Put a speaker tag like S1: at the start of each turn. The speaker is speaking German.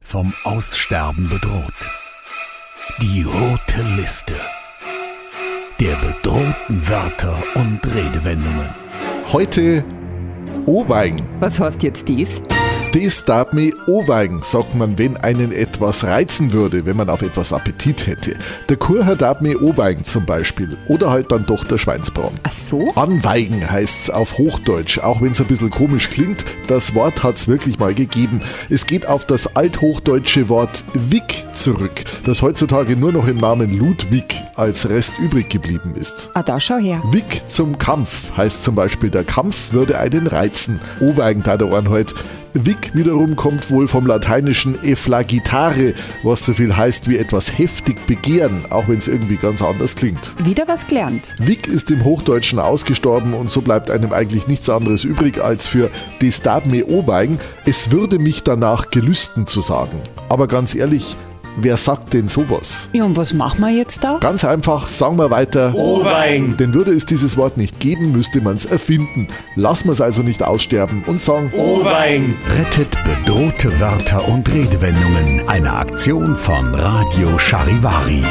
S1: vom Aussterben bedroht. Die rote Liste der bedrohten Wörter und Redewendungen.
S2: Heute Oweigen.
S3: Was heißt jetzt dies?
S2: Dies darf mich oweigen, sagt man, wenn einen etwas reizen würde, wenn man auf etwas Appetit hätte. Der Kurher darf mich oweigen zum Beispiel. Oder halt dann doch der Schweinsbraten.
S3: Ach so?
S2: Anweigen heißt's auf Hochdeutsch, auch wenn's ein bisschen komisch klingt, das Wort hat's wirklich mal gegeben. Es geht auf das althochdeutsche Wort Wick zurück, das heutzutage nur noch im Namen Ludwig als Rest übrig geblieben ist.
S3: Ah, da schau her.
S2: Wick zum Kampf heißt zum Beispiel, der Kampf würde einen reizen. Oweigen da der Ohren halt. Wick wiederum kommt wohl vom lateinischen efflagitare, was so viel heißt wie etwas heftig begehren, auch wenn es irgendwie ganz anders klingt.
S3: Wieder was gelernt.
S2: Wick ist im Hochdeutschen ausgestorben und so bleibt einem eigentlich nichts anderes übrig, als für des darf mir obeigen, es würde mich danach gelüsten zu sagen. Aber ganz ehrlich, wer sagt denn sowas?
S3: Ja, und was machen wir jetzt da?
S2: Ganz einfach, sagen wir weiter.
S4: Owein.
S2: Denn würde es dieses Wort nicht geben, müsste man es erfinden. Lassen wir es also nicht aussterben und sagen
S4: Owein.
S1: Rettet bedrohte Wörter und Redewendungen. Eine Aktion von Radio Charivari.